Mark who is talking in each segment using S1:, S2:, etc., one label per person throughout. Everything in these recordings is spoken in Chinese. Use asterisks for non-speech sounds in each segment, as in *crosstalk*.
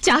S1: 家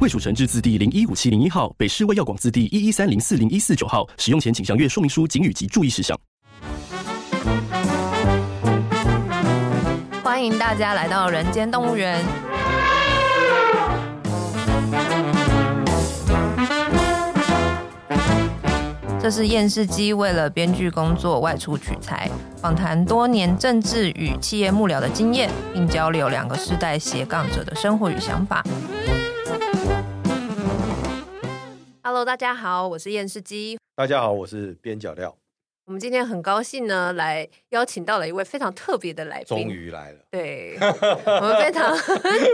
S2: 卫蜀成字字第零一五七零一号，北市卫药广字第一一三零四零一四九号。使用前请详阅说明书、警语及注意事项。
S3: 欢迎大家来到人间动物园。这是验视机为了编剧工作外出取材，访谈多年政治与企业幕僚的经验，并交流两个世代斜杠者的生活与想法。Hello，大家好，我是验视机，
S4: 大家好，我是边角料，
S3: 我们今天很高兴呢，来邀请到了一位非常特别的来宾，
S4: 终于来了。
S3: 对我们非常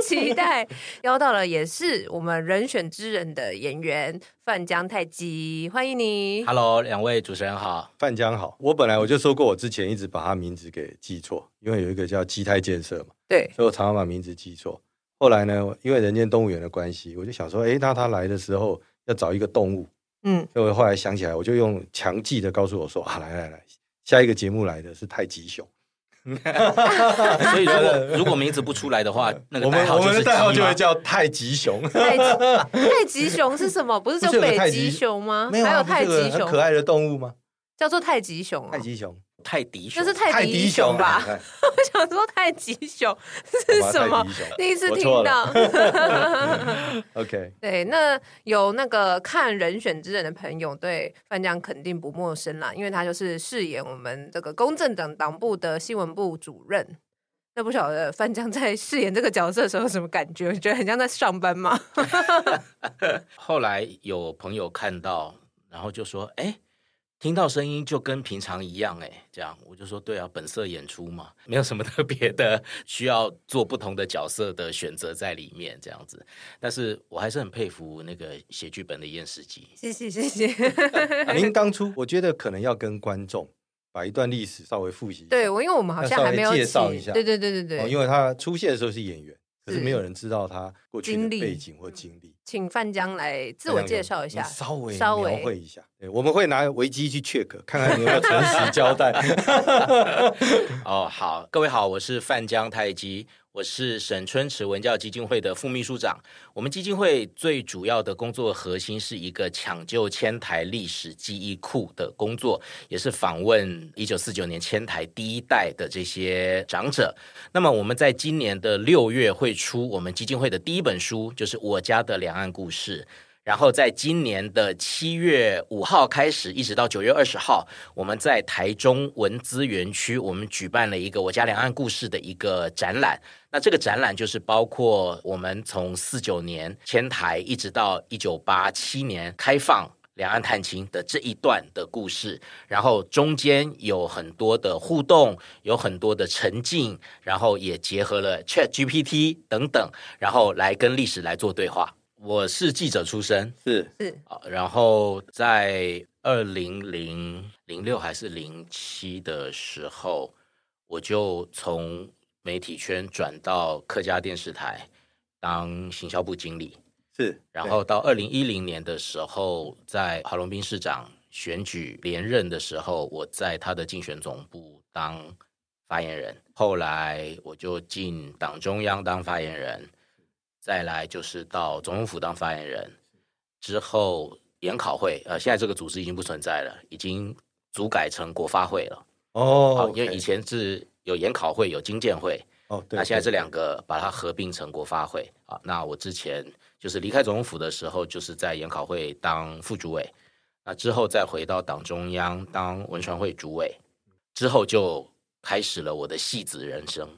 S3: 期待邀到了，也是我们人选之人的演员范江太基，欢迎你。
S5: Hello，两位主持人好。
S4: 范江好，我本来我就说过，我之前一直把他名字给记错，因为有一个叫基泰建设嘛，
S3: 对，
S4: 所以我常常把名字记错。后来呢，因为人间动物园的关系，我就想说，诶，那他来的时候要找一个动物，
S3: 嗯，
S4: 所以我后来想起来，我就用强记的告诉我说啊，来来来，下一个节目来的是太极熊，
S5: *laughs* 所以如果如果名字不出来的
S4: *laughs*
S5: 话，那个
S4: 我
S5: 代
S4: 们
S5: 号
S4: 我
S5: 就
S4: 们
S5: 是
S4: 的代号
S5: 鸡
S4: 就
S5: 嘛
S4: 会叫太极熊，
S3: 太极太极熊是什么？不是就
S4: 不是有个
S3: 北
S4: 太
S3: 极
S4: 极
S3: 熊吗？
S4: *laughs* 没有、啊、
S3: 还有
S4: 不是
S3: 太
S4: 个
S3: 极
S4: 很
S3: 熊，
S4: 可爱的动物吗？
S3: 叫做太极熊、哦，
S4: 太极熊，
S5: 泰迪
S3: 那
S5: 熊，
S3: 是泰迪熊吧？
S4: 哎
S3: *laughs* 我想说太极熊 *laughs* 是
S4: 好吧
S3: 什么
S4: 泰迪熊？
S3: 第一次
S4: 我
S3: 听
S4: 错
S3: 到
S4: 了。？OK，
S3: 对，那有那个看《人选之人》的朋友，对范江肯定不陌生啦，因为他就是饰演我们这个公正党党部的新闻部主任。那不晓得范江在饰演这个角色的时候有什么感觉？觉得很像在上班吗？
S5: 后来有朋友看到，然后就说：“哎，听到声音就跟平常一样。”哎，这样我就说：“对啊，本色演出嘛， *laughs* 没有什么特别的需要做不同的角色的选择在里面这样子。”但是我还是很佩服那个写剧本的验尸机。
S3: 谢谢谢谢。
S4: 啊您当初，我觉得可能要跟观众把一段历史稍微复习一下。
S3: *laughs* 对，我因为我们好像还没有
S4: 要稍微介绍
S3: 提
S4: 一下
S3: 对对对对
S4: 哦，
S3: 对，
S4: 因为他出现的时候是演员，可是
S3: 是
S4: 没有人知道他过去
S3: 经
S4: 的
S3: 历
S4: 背景或经历。
S3: 请范江来自我介绍一下
S4: 你。稍微
S3: 稍
S4: 稍
S3: 微
S4: 微描绘一下。对，我们会拿维基去 check，看看你有没有诚实
S3: *laughs*
S4: 交代。
S5: 哦，好，各位好，我是范江太基，我是沈春池文教基金会的副秘书长。我们基金会最主要的工作核心是一个抢救千台历史记忆库的工作，也是访问一九四九年千台第一代的这些长者。那么我们在今年的六月会出我们基金会的第一本书，就是《我家的两岸故事》。然后在今年的七月五号开始，一直到九月二十号，我们在台中文资园区，我们举办了一个《我家两岸故事》的一个展览。那这个展览就是包括我们从四九年迁台一直到一九八七年开放。两岸探亲的这一段的故事，然后中间有很多的互动，有很多的沉浸，然后也结合了 Chat GPT 等等，然后来跟历史来做对话。我是记者出身，
S4: 是
S3: 是
S5: 啊，然后在二零零零六还是零七的时候，我就从媒体圈转到客家电视台当行销部经理，
S4: 是，
S5: 然后到二零一零年的时候，在郝龙斌市长选举连任的时候，我在他的竞选总部当发言人，后来我就进党中央当发言人，再来就是到总统府当发言人，之后研考会，呃，现在这个组织已经不存在了，已经组改成国发会了。
S4: 对哦
S5: 好，因为以前是有研考会，有经建会，
S4: 哦，对，
S5: 那现在
S4: 对
S5: 这两个把它合并成国发会啊。那我之前就是离开总统府的时候，就是在研考会当副主委，那之后再回到党中央当文传会主委，之后就开始了我的戏子人生。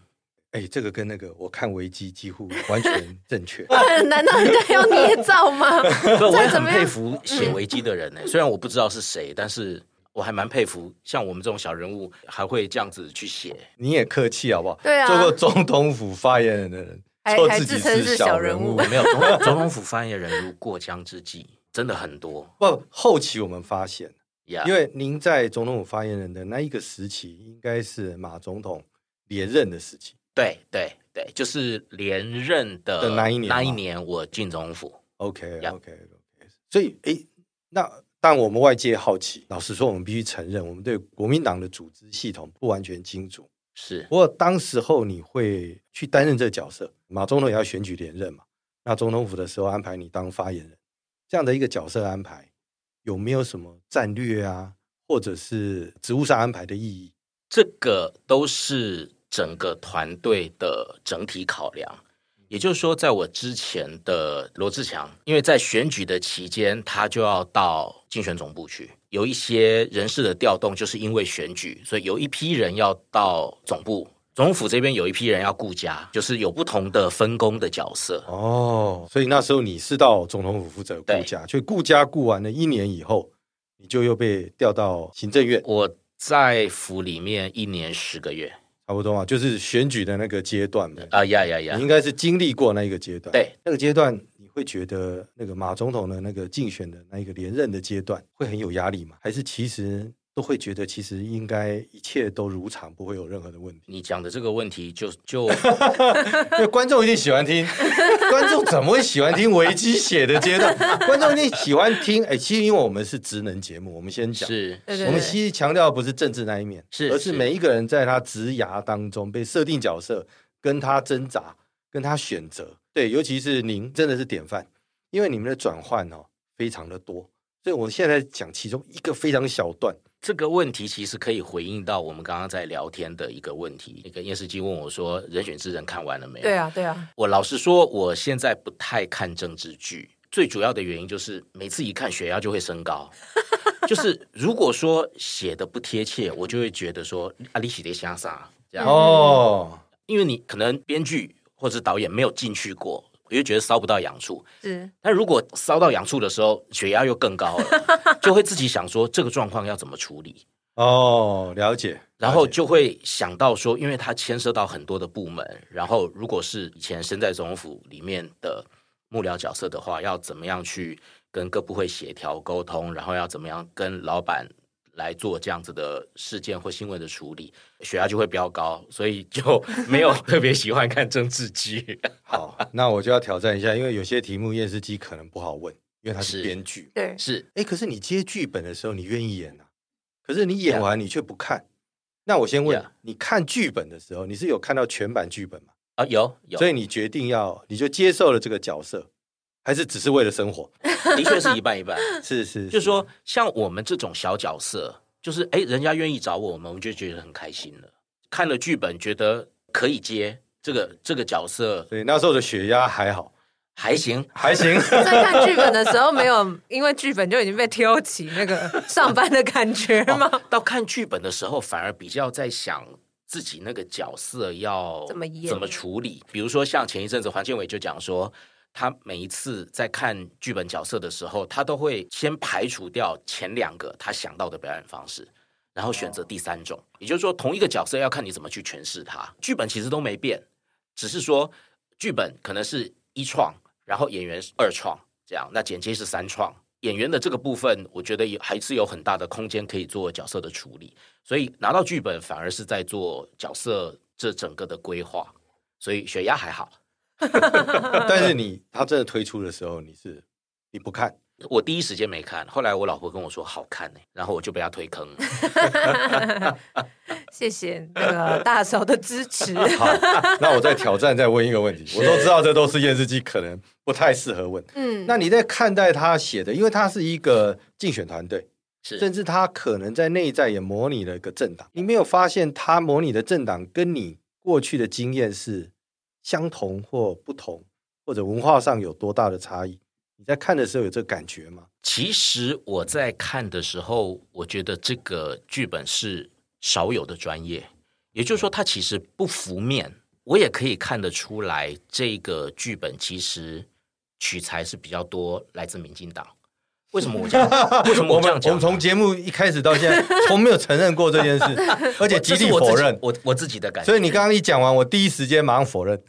S4: 哎，这个跟那个我看维基几乎完全正确。
S3: *laughs* 难道人家要捏造吗？ *laughs*
S5: *laughs* 所以我也
S3: 怎
S5: 很
S3: 么样嗯
S5: 佩服写维基的人呢、虽然我不知道是谁，但是我还蛮佩服像我们这种小人物还会这样子去写。
S4: 你也客气好不好？
S3: 对啊
S4: 做过总统府发言人的人
S3: 还，
S4: 说
S3: 还
S4: 自己
S3: 自称是
S4: 是
S3: 小
S4: 小
S3: 人
S4: 人
S3: 物
S4: 物 *laughs*
S5: 我。没有总 *laughs* 总统府发言人如过江之鲫，真的很多。
S4: 不，后期我们发现，
S5: 呀
S4: 因为您在总统府发言人的那一个时期，应该是马总统连任的时期。
S5: 对对对，就是连任的
S4: 的那一年
S5: 那一
S4: 嘛
S5: 年我进总府，
S4: OK
S5: Yeah.
S4: OK OK，所以诶，那但我们外界好奇，老实说，我们必须承认，我们对国民党的组织系统不完全清楚。
S5: 是
S4: 不过当时候你会去担任这个角色，马总统也要选举连任嘛，那总统府的时候安排你当发言人，这样的一个角色安排，有没有什么战略啊，或者是职务上安排的意义？
S5: 这个都是整个团队的整体考量。也就是说，在我之前的罗志强，因为在选举的期间，他就要到竞选总部去，有一些人事的调动，就是因为选举，所以有一批人要到总部，总统府这边有一批人要顾家，就是有不同的分工的角色。
S4: 哦，所以那时候你是到总统府负责顾
S5: 对
S4: 家，所以顾家顾完了一年以后，你就又被调到行政院，
S5: 我在府里面一年十个月，
S4: 差不多啊，就是选举的那个阶段嘛。
S5: 啊呀呀呀
S4: 你应，该是经历过那一个阶段，
S5: 对，
S4: 那个阶段你会觉得那个马总统的那个竞选的那一个连任的阶段会很有压力吗？还是其实都会觉得其实应该一切都如常，不会有任何的问题？
S5: 你讲的这个问题就就
S4: *laughs* 因为观众一定喜欢听，观众怎么会喜欢听维基写的阶段？ *laughs* 观众一定喜欢听。哎、其实因为我们是职能节目，我们先讲。
S5: 是
S3: 对
S4: 我们其实强调的不是政治那一面，
S5: 是
S4: 而是
S5: 是
S4: 每一个人在他职涯当中被设定角色，跟他挣扎，跟他选择。对，尤其是您真的是典范，因为你们的转换哦非常的多，所以我现在讲其中一个非常小段。
S5: 这个问题其实可以回应到我们刚刚在聊天的一个问题。那个验视机问我说：“人选之人看完了没有？”
S3: 对啊，对啊，
S5: 我老实说，我现在不太看政治剧，最主要的原因就是每次一看血压就会升高。就是如果说写的不贴切，我就会觉得说啊，你写的瞎啥
S3: 嗯
S5: 这样，
S4: 哦，
S5: 因为你可能编剧或者导演没有进去过，我就觉得烧不到痒处。
S3: 是
S5: 但如果烧到痒处的时候，血压又更高
S3: *laughs*
S5: 了，就会自己想说这个状况要怎么处理。
S4: 哦，了解。
S5: 然后
S4: 了解
S5: 就会想到说，因为它牵涉到很多的部门，然后如果是以前身在总统府里面的幕僚角色的话，要怎么样去跟各部会协调沟通，然后要怎么样跟老板来做这样子的事件或新闻的处理，血压就会飙高，所以就没有特别喜欢看政
S4: *laughs*
S5: 治剧。
S4: 好，那我就要挑战一下，因为有些题目验视机可能不好问，因为它是
S5: 是
S4: 编剧。
S3: 对，
S5: 是
S4: 哎，可是你接剧本的时候，你愿意演啊？可是你演
S5: Yeah.
S4: 完你却不看。那我先问
S5: Yeah.
S4: 你看剧本的时候，你是有看到全版剧本吗？
S5: 啊，有有， *laughs*
S4: 所以你决定要，你就接受了这个角色，还是只是为了生活？
S5: 的确是一半一半。
S4: 是是，
S5: *laughs* 就是说，像我们这种小角色，就是哎，诶人家愿意找我们，我们就觉得很开心了。看了剧本，觉得可以接这个这个角色
S4: 对那时候的血压还好，
S5: 还行，
S4: 还
S5: *laughs*
S4: 行。
S3: 在看剧本的时候没有，因为剧本就已经被挑起那个上班的感觉吗？
S5: *laughs* 到看剧本的时候，反而比较在想自己那个角色要
S3: 怎么演
S5: 怎么处理。比如说，像前一阵子黄建伟就讲说。他每一次在看剧本角色的时候，他都会先排除掉前两个他想到的表演方式，然后选择第三种。
S3: 哦
S5: 也就是说，同一个角色要看你怎么去诠释它。剧本其实都没变，只是说剧本可能是一创，然后演员是二创这样，那剪接是三创。演员的这个部分，我觉得也还是有很大的空间可以做角色的处理，所以拿到剧本反而是在做角色这整个的规划，所以血压还好。
S4: 但是你他真的推出的时候，你是你不看，
S5: 我第一时间没看，后来我老婆跟我说好看呢、然后我就被她推坑了。
S3: 谢谢那个大嫂的支持。
S4: 好，那我再挑战再问一个问题，我都知道这都是验视机可能不太适合问。
S3: 嗯，
S4: 那你在看待他写的，因为他是一个竞选团队，甚
S5: 是
S4: 至他可能在内在也模拟了一个政党。你没有发现他模拟的政党跟你过去的经验是相同或不同，或者文化上有多大的差异？你在看的时候有这个感觉吗？
S5: 其实我在看的时候，我觉得这个剧本是少有的专业，也就是说，它其实不浮面。我也可以看得出来，这个剧本其实取材是比较多来自民进党。为什么我
S4: *laughs*
S5: 这样？为什么
S4: 我
S5: 我
S4: 们
S5: 这样
S4: 我们
S5: 讲呢？
S4: 从节目一开始到现在，从没有承认过这件事，而且极
S5: 这是
S4: 力
S5: 我自己
S4: 否认。
S5: 我我自己的感觉。
S4: 所以你刚刚一讲完，我第一时间马上否认。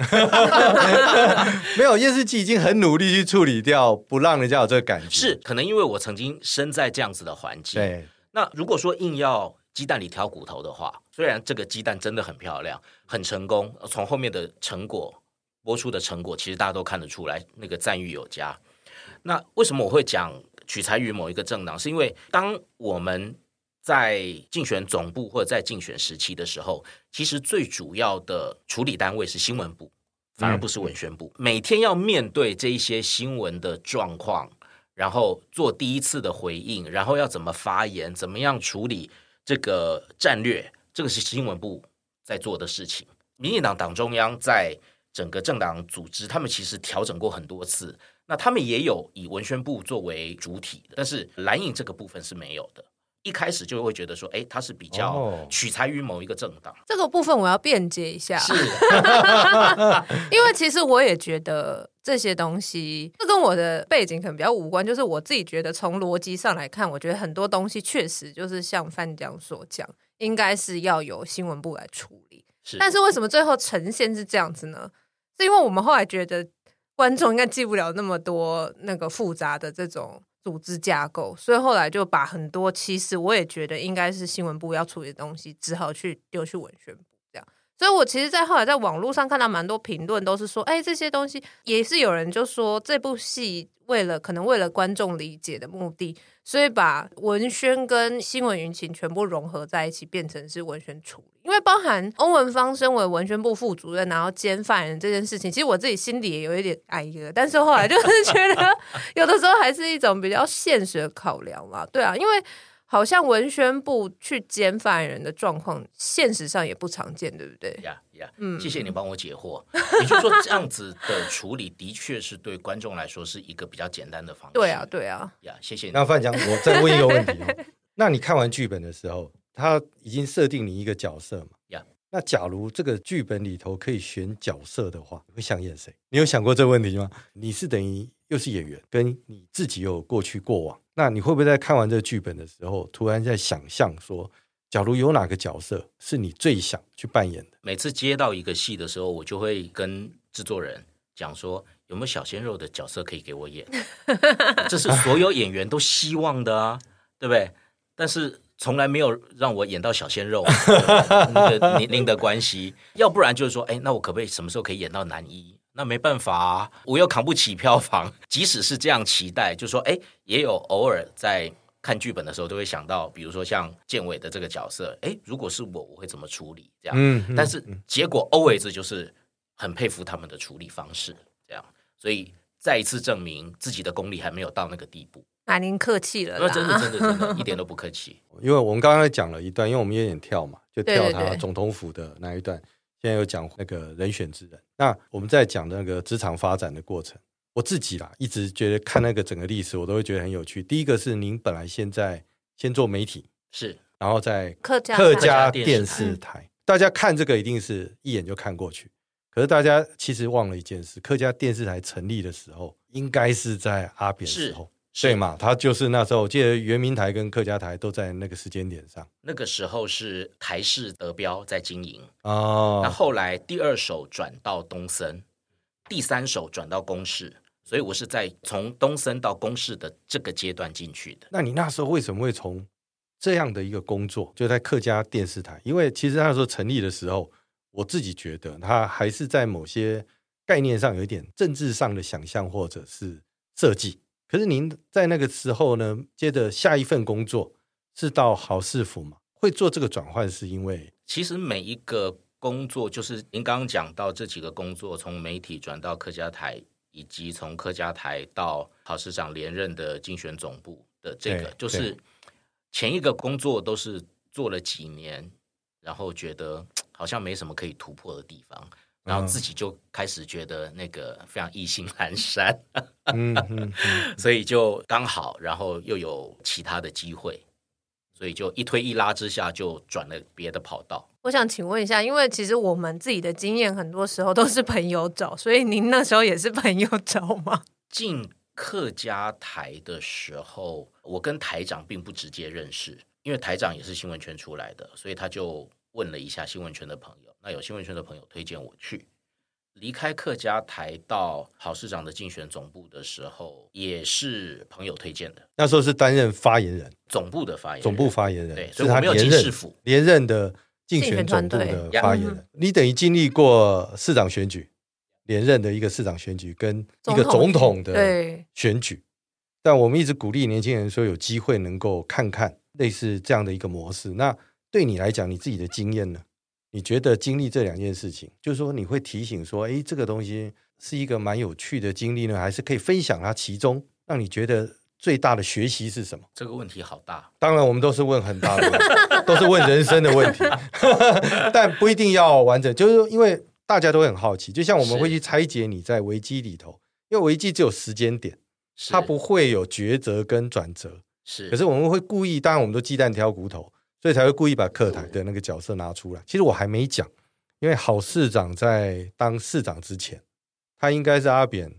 S4: 没有，叶世纪已经很努力去处理掉，不让人家有这个感觉。
S5: 是，可能因为我曾经身在这样子的环境，
S4: 对，
S5: 那如果说硬要鸡蛋里挑骨头的话，虽然这个鸡蛋真的很漂亮、很成功，从后面的成果播出的成果，其实大家都看得出来，那个赞誉有加。那为什么我会讲取材于某一个政党？是因为当我们在竞选总部或者在竞选时期的时候，其实最主要的处理单位是新闻部，反而不是文宣部。每天要面对这一些新闻的状况，然后做第一次的回应，然后要怎么发言，怎么样处理这个战略，这个是新闻部在做的事情。民进党党中央在整个政党组织，他们其实调整过很多次，那他们也有以文宣部作为主体的，但是蓝营这个部分是没有的。一开始就会觉得说，哎，它是比较
S4: 哦
S5: 取材于某一个政党，
S3: 这个部分我要辩解一下，
S5: 是
S3: *laughs* 因为其实我也觉得这些东西，这跟我的背景可能比较无关。就是我自己觉得，从逻辑上来看，我觉得很多东西确实就是像范江所讲，应该是要由新闻部来处理。
S5: 是，
S3: 但是为什么最后呈现是这样子呢？是因为我们后来觉得观众应该记不了那么多那个复杂的这种组织架构，所以后来就把很多其实我也觉得应该是新闻部要处理的东西，只好去丢去文宣部这样。所以我其实，在后来在网络上看到蛮多评论，都是说，哎，这些东西也是有人就说这部戏为了可能为了观众理解的目的，所以把文宣跟新闻舆情全部融合在一起，变成是文宣处理。因为包含欧文芳身为文宣部副主任，然后兼犯人这件事情，其实我自己心里也有一点哎呀，但是后来就是 *laughs* 觉得有的时候还是一种比较现实的考量啦。对啊，因为好像文宣部去兼犯人的状况，现实上也不常见，对不对？
S5: 呀呀，
S3: 嗯
S5: 谢谢你帮我解惑。也就是说，这样子的处理的确是对观众来说是一个比较简单的方式。
S3: *laughs* 对啊，对啊，
S5: 呀，谢谢你
S4: 那。范强，我再问一个问题
S5: *laughs*
S4: 哦。那你看完剧本的时候，他已经设定你一个角色嘛？
S5: Yeah
S4: 那假如这个剧本里头可以选角色的话，你会想演谁？你有想过这个问题吗？你是等于又是演员，跟你自己有过去过往，那你会不会在看完这个剧本的时候，突然在想象说，假如有哪个角色是你最想去扮演的？
S5: 每次接到一个戏的时候，我就会跟制作人讲说，有没有小鲜肉的角色可以给我演？这是所有演员都希望的啊，对不对？但是从来没有让我演到小鲜肉，那个您您的关系，要不然就是说，哎，那我可不可以什么时候可以演到男一？那没办法、啊，我又扛不起票房。即使是这样期待，就说，哎，也有偶尔在看剧本的时候，都会想到，比如说像建伟的这个角色，哎，如果是我，我会怎么处理？这样，
S4: 嗯
S5: 但是结果 always 就是很佩服他们的处理方式，这样，所以再一次证明自己的功力还没有到那个地步。
S3: 那您客气了
S5: 那
S3: 啦，
S5: 真的真的真的，一点都不客气。
S4: 因为我们刚刚讲了一段，因为我们有点跳嘛，就跳
S3: 对对
S4: 他
S3: 对
S4: 总统府的那一段，现在有讲那个人选之人。那我们在讲那个职场发展的过程，我自己啦，一直觉得看那个整个历史，我都会觉得很有趣。第一个是您本来现在先做媒体，
S5: 是
S4: 然后再
S3: 客家
S4: 客
S3: 菜
S4: 家
S5: 电
S4: 电
S5: 视嗯
S4: 视台，大家看这个一定是一眼就看过去。可是大家其实忘了一件事，客家电视台成立的时候，应该是在阿扁
S5: 是
S4: 时候，
S5: 是
S4: 对嘛？他就是那时候，我记得圆明台跟客家台都在那个时间点上。
S5: 那个时候是台视德标在经营，那
S4: 哦，
S5: 后来第二手转到东森，第三手转到公视，所以我是在从东森到公视的这个阶段进去的。
S4: 那你那时候为什么会从这样的一个工作，就在客家电视台？因为其实那时候成立的时候，我自己觉得它还是在某些概念上有一点政治上的想象或者是设计。可是您在那个时候呢，接着下一份工作是到好市府嘛？会做这个转换是因为
S5: 其实每一个工作，就是您刚刚讲到这几个工作，从媒体转到客家台，以及从客家台到郝市长连任的竞选总部的这个
S4: 对，
S5: 就是
S4: 对
S5: 前一个工作都是做了几年，然后觉得好像没什么可以突破的地方。然后
S4: 嗯
S5: 自己就开始觉得那个非常意兴阑珊， *laughs*
S4: 嗯嗯嗯
S5: 所以就刚好，然后又有其他的机会，所以就一推一拉之下就转了别的跑道。
S3: 我想请问一下，因为其实我们自己的经验很多时候都是朋友找，所以您那时候也是朋友找吗？
S5: 进客家台的时候，我跟台长并不直接认识，因为台长也是新闻圈出来的，所以他就问了一下新闻圈的朋友。那有新闻圈的朋友推荐我去，离开客家台到郝市长的竞选总部的时候，也是朋友推荐的，
S4: 那时候是担任发言人，
S5: 总部的发言人，
S4: 总部发言人，
S5: 对所
S4: 是
S5: 以我
S4: 他
S5: 没有
S4: 连
S5: 进
S4: 任
S5: 市府
S4: 连任的竞
S3: 竞选
S4: 选嗯总部
S3: 团队
S4: 的
S5: 呀
S4: 发言人。你等于经历过市长选举、连任的一个市长选举跟 *laughs* 一个总统的
S3: 对
S4: 选举，但我们一直鼓励年轻人说，有机会能够看看类似这样的一个模式。那对你来讲，你自己的经验呢？你觉得经历这两件事情，就是说你会提醒说，诶，这个东西是一个蛮有趣的经历呢，还是可以分享它其中，让你觉得最大的学习是什么？
S5: 这个问题好大，
S4: 当然，我们都是问很大的问题， *laughs* 都是问人生的问题， *laughs* 但不一定要完整，就是说因为大家都很好奇，就像我们
S5: 是
S4: 会去拆解你在危机里头，因为危机只有时间点，
S5: 是
S4: 它不会有抉择跟转折。
S5: 是，
S4: 可是我们会故意，当然我们都鸡蛋挑骨头，所以才会故意把客台的那个角色拿出来。其实我还没讲，因为郝市长在当市长之前，他应该是阿扁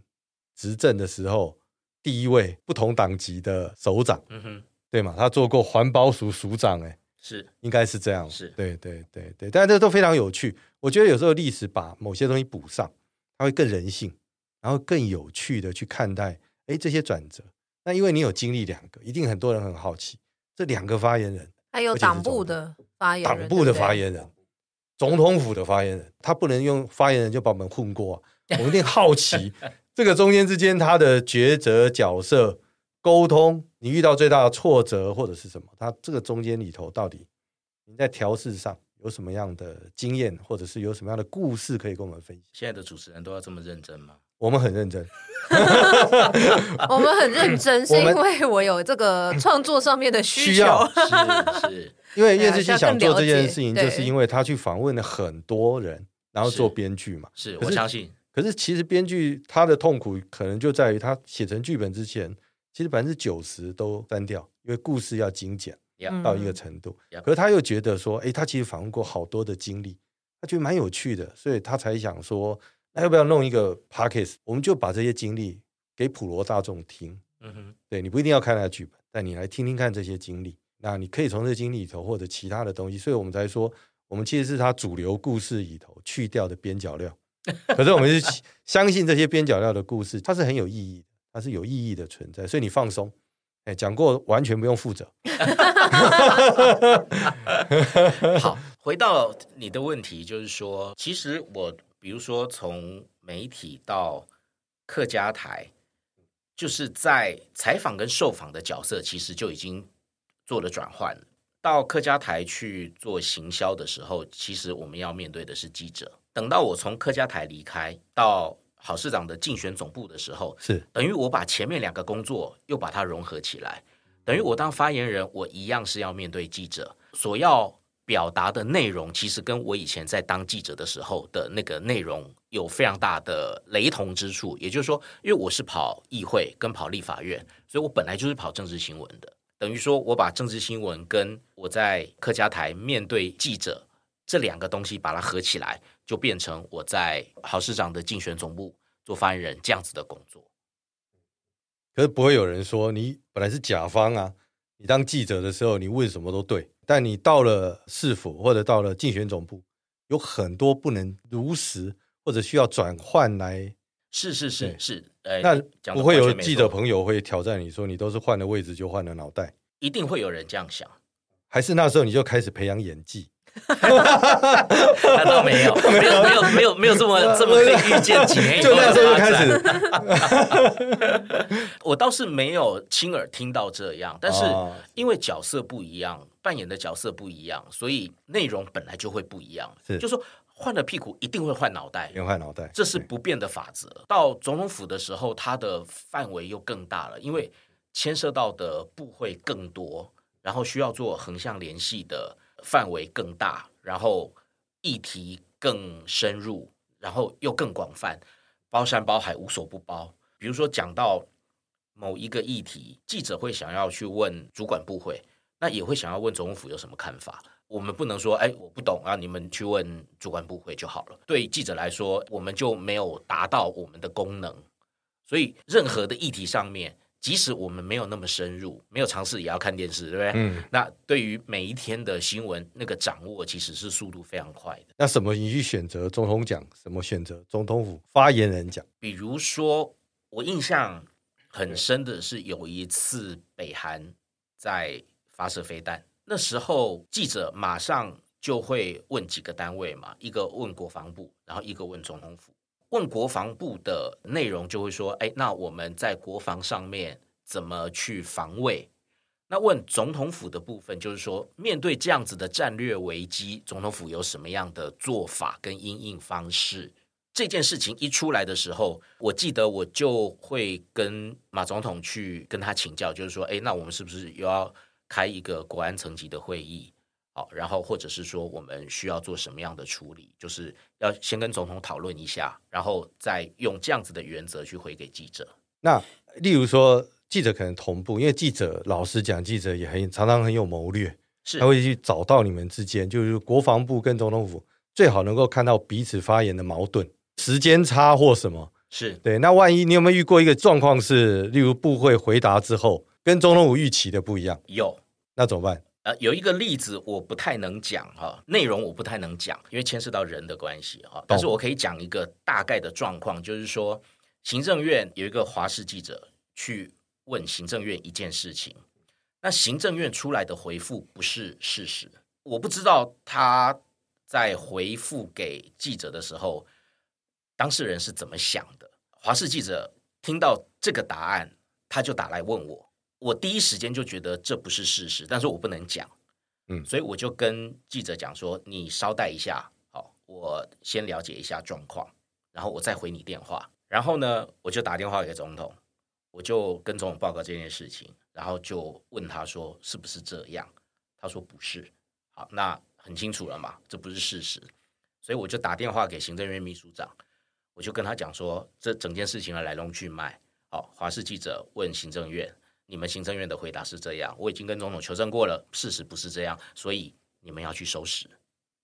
S4: 执政的时候第一位不同党籍的首长。
S5: 嗯哼，
S4: 对嘛？他做过环保署署长、哎，
S5: 是
S4: 应该是这样。
S5: 是
S4: 对对对对，但这都非常有趣。我觉得有时候历史把某些东西补上，它会更人性，然后更有趣的去看待，哎，这些转折。那因为你有经历两个，一定很多人很好奇，这两个发言人，
S3: 还有
S4: 而且是
S3: 党部
S4: 总
S3: 的发言人，
S4: 党部的
S3: 对不对
S4: 发言人，总统府的发言人，他不能用发言人就把我们混过啊。我们一定好
S3: *laughs*
S4: 奇这个中间之间他的抉择、角色、沟通，你遇到最大的挫折或者是什么？他这个中间里头到底你在调试上有什么样的经验，或者是有什么样的故事可以跟我们分享？
S5: 现在的主持人都要这么认真
S4: *laughs*
S5: 吗？
S4: 我们很认真，
S3: 我们很认真，是
S4: 嗯我
S3: 因
S4: 们
S3: 为我有这
S4: *clears throat*
S3: 个创作上面的需
S4: 需要
S3: 求。啊
S5: 是是，
S4: 因为叶志清想做这
S3: 对啊需要更
S4: 件事情，
S3: 了
S4: 就
S3: 解
S4: 是因为他去访问了很多人，然后做
S5: 是
S4: 编剧嘛。
S5: 是，
S4: 可
S5: 我
S4: 是
S5: 相信
S4: 可是其实编剧他的痛苦可能就在于他写成剧本之前，其实百分之九十都删掉，因为故事要精简
S5: ，Yeah，
S4: 到一个程度。
S5: Yep
S4: 可是他又觉得说，诶，他其实访问过好多的经历，他觉得蛮有趣的，所以他才想说，那要不要弄一个 p o c k e t 我们就把这些经历给普罗大众听。
S5: 嗯哼，
S4: 对你不一定要看他的剧本，但你来听听看这些经历，那你可以从这经历里头获得其他的东西。所以我们才说，我们其实是他主流故事里头去掉的边角料，可是我们是相信这些边角料的故事，它是很有意义的，它是有意义的存在。所以你放松，哎，讲过完全不用负责。
S5: 好，回到你的问题，就是说，其实我比如说从媒体到客家台，就是在采访跟受访的角色，其实就已经做了转换了。到客家台去做行销的时候，其实我们要面对的是记者。等到我从客家台离开到郝市长的竞选总部的时候，
S4: 是
S5: 等于我把前面两个工作又把它融合起来，等于我当发言人，我一样是要面对记者，所要表达的内容，其实跟我以前在当记者的时候的那个内容有非常大的雷同之处。也就是说，因为我是跑议会跟跑立法院，所以我本来就是跑政治新闻的，等于说我把政治新闻跟我在客家台面对记者这两个东西把它合起来，就变成我在郝市长的竞选总部做发言人这样子的工作。
S4: 可是不会有人说你本来是甲方啊，你当记者的时候你问什么都对，但你到了市府或者到了竞选总部，有很多不能如实或者需要转换来，
S5: 是是是
S4: 对
S5: 是，呃，
S4: 那
S5: 讲得
S4: 不会
S5: 完
S4: 有
S5: 全没
S4: 记
S5: 错
S4: 者朋友会挑战你说你都是换了位置就换了脑袋，
S5: 一定会有人这样想，
S4: 还是那时候你就开始培养演技？
S5: 那倒
S4: *laughs*
S5: 没有，没有没有没有没有这么这么可以预见几年以
S4: 就
S5: 后
S4: 那
S5: 的
S4: 时候就
S5: 发
S4: 开
S5: 展。
S4: 始，
S5: *laughs* 我倒是没有亲耳听到这样，但是
S4: 哦
S5: 因为角色不一样，扮演的角色不一样，所以内容本来就会不一样。
S4: 是
S5: 就说换了屁股一定会换脑袋，
S4: 连换脑袋，
S5: 这是不变的法则。到总统府的时候，它的范围又更大了，因为牵涉到的部会更多，然后需要做横向联系的范围更大，然后议题更深入，然后又更广泛，包山包海，无所不包。比如说讲到某一个议题，记者会想要去问主管部会，那也会想要问总统府有什么看法。我们不能说，哎，我不懂啊，你们去问主管部会就好了。对记者来说，我们就没有达到我们的功能，所以任何的议题上面，即使我们没有那么深入，没有尝试，也要看电视，对不对？
S4: 嗯，
S5: 那对于每一天的新闻，那个掌握其实是速度非常快的。
S4: 那什么你去选择总统奖，什么选择总统府发言人奖？
S5: 比如说，我印象很深的是有一次北韩在发射飞弹，那时候记者马上就会问几个单位嘛，一个问国防部，然后一个问总统府。问国防部的内容就会说，哎，那我们在国防上面怎么去防卫？那问总统府的部分，就是说，面对这样子的战略危机，总统府有什么样的做法跟应应方式？这件事情一出来的时候，我记得我就会跟马总统去跟他请教，就是说，哎，那我们是不是又要开一个国安层级的会议？好，然后或者是说我们需要做什么样的处理，就是要先跟总统讨论一下，然后再用这样子的原则去回给记者。
S4: 那例如说，记者可能同步，因为记者老实讲，记者也很常常很有谋略，
S5: 是
S4: 他会去找到你们之间，就是国防部跟总统府最好能够看到彼此发言的矛盾、时间差或什么。
S5: 是
S4: 对，那万一你有没有遇过一个状况是，例如部会回答之后跟总统府预期的不一样，
S5: 有
S4: 那怎么办？
S5: 呃，有一个例子我不太能讲哈、内容我不太能讲，因为牵涉到人的关系哈、但是我可以讲一个大概的状况，就是说，行政院有一个华视记者去问行政院一件事情，那行政院出来的回复不是事实，我不知道他在回复给记者的时候，当事人是怎么想的。华视记者听到这个答案，他就打来问我，我第一时间就觉得这不是事实，但是我不能讲，
S4: 嗯
S5: 所以我就跟记者讲说，你稍待一下，好，我先了解一下状况，然后我再回你电话。然后呢，我就打电话给总统，我就跟总统报告这件事情，然后就问他说是不是这样，他说不是，好，那很清楚了嘛，这不是事实，所以我就打电话给行政院秘书长，我就跟他讲说这整件事情的来龙去脉。好，华视记者问行政院，你们行政院的回答是这样，我已经跟总统求证过了，事实不是这样，所以你们要去收拾。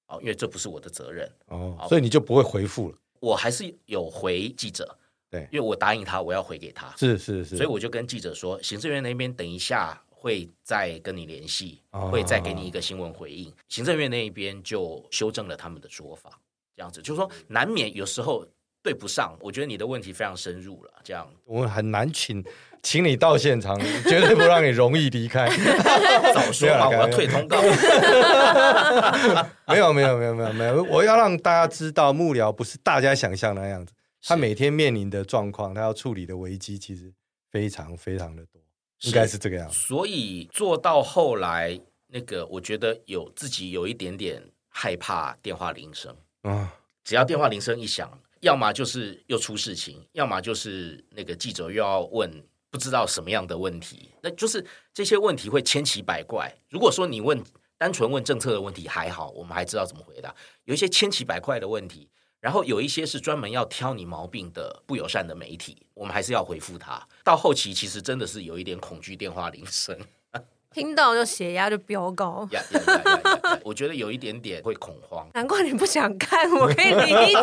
S5: 哦，因为这不是我的责任，
S4: 哦
S5: 好，
S4: 所以你就不会回复了。
S5: 我还是有回记者，
S4: 对
S5: 因为我答应他我要回给他，
S4: 是是是，
S5: 所以我就跟记者说，行政院那边等一下会再跟你联系，
S4: 哦
S5: 会再给你一个新闻回应。行政院那一边就修正了他们的说法，这样子就是说难免有时候对不上，我觉得你的问题非常深入了，
S4: *laughs*
S5: 这样
S4: 我们很难请请你到现场， *laughs* 绝对不让你容易离开。 *laughs*
S5: 早说嘛，我
S4: 没有啦
S5: 要退
S4: *laughs*
S5: 通告。 *laughs*
S4: 没有没有没有没有没有，我要让大家知道，幕僚不是大家想象那样子，他
S5: 是
S4: 每天面临的状况，他要处理的危机其实非常非常的多，
S5: 是
S4: 应该是这个样子。
S5: 所以做到后来，那个我觉得有自己有一点点害怕电话铃声，
S4: 啊，
S5: 只要电话铃声一响，要么就是又出事情，要么就是那个记者又要问不知道什么样的问题，那就是这些问题会千奇百怪。如果说你问单纯问政策的问题还好，我们还知道怎么回答，有一些千奇百怪的问题。然后有一些是专门要挑你毛病的不友善的媒体，我们还是要回复他。到后期其实真的是有一点恐惧电话铃声，
S3: 听到就血压就飙高。
S5: 呀呀呀呀呀呀！我觉得有一点点会恐慌。
S3: 难怪你不想看，我可以理解。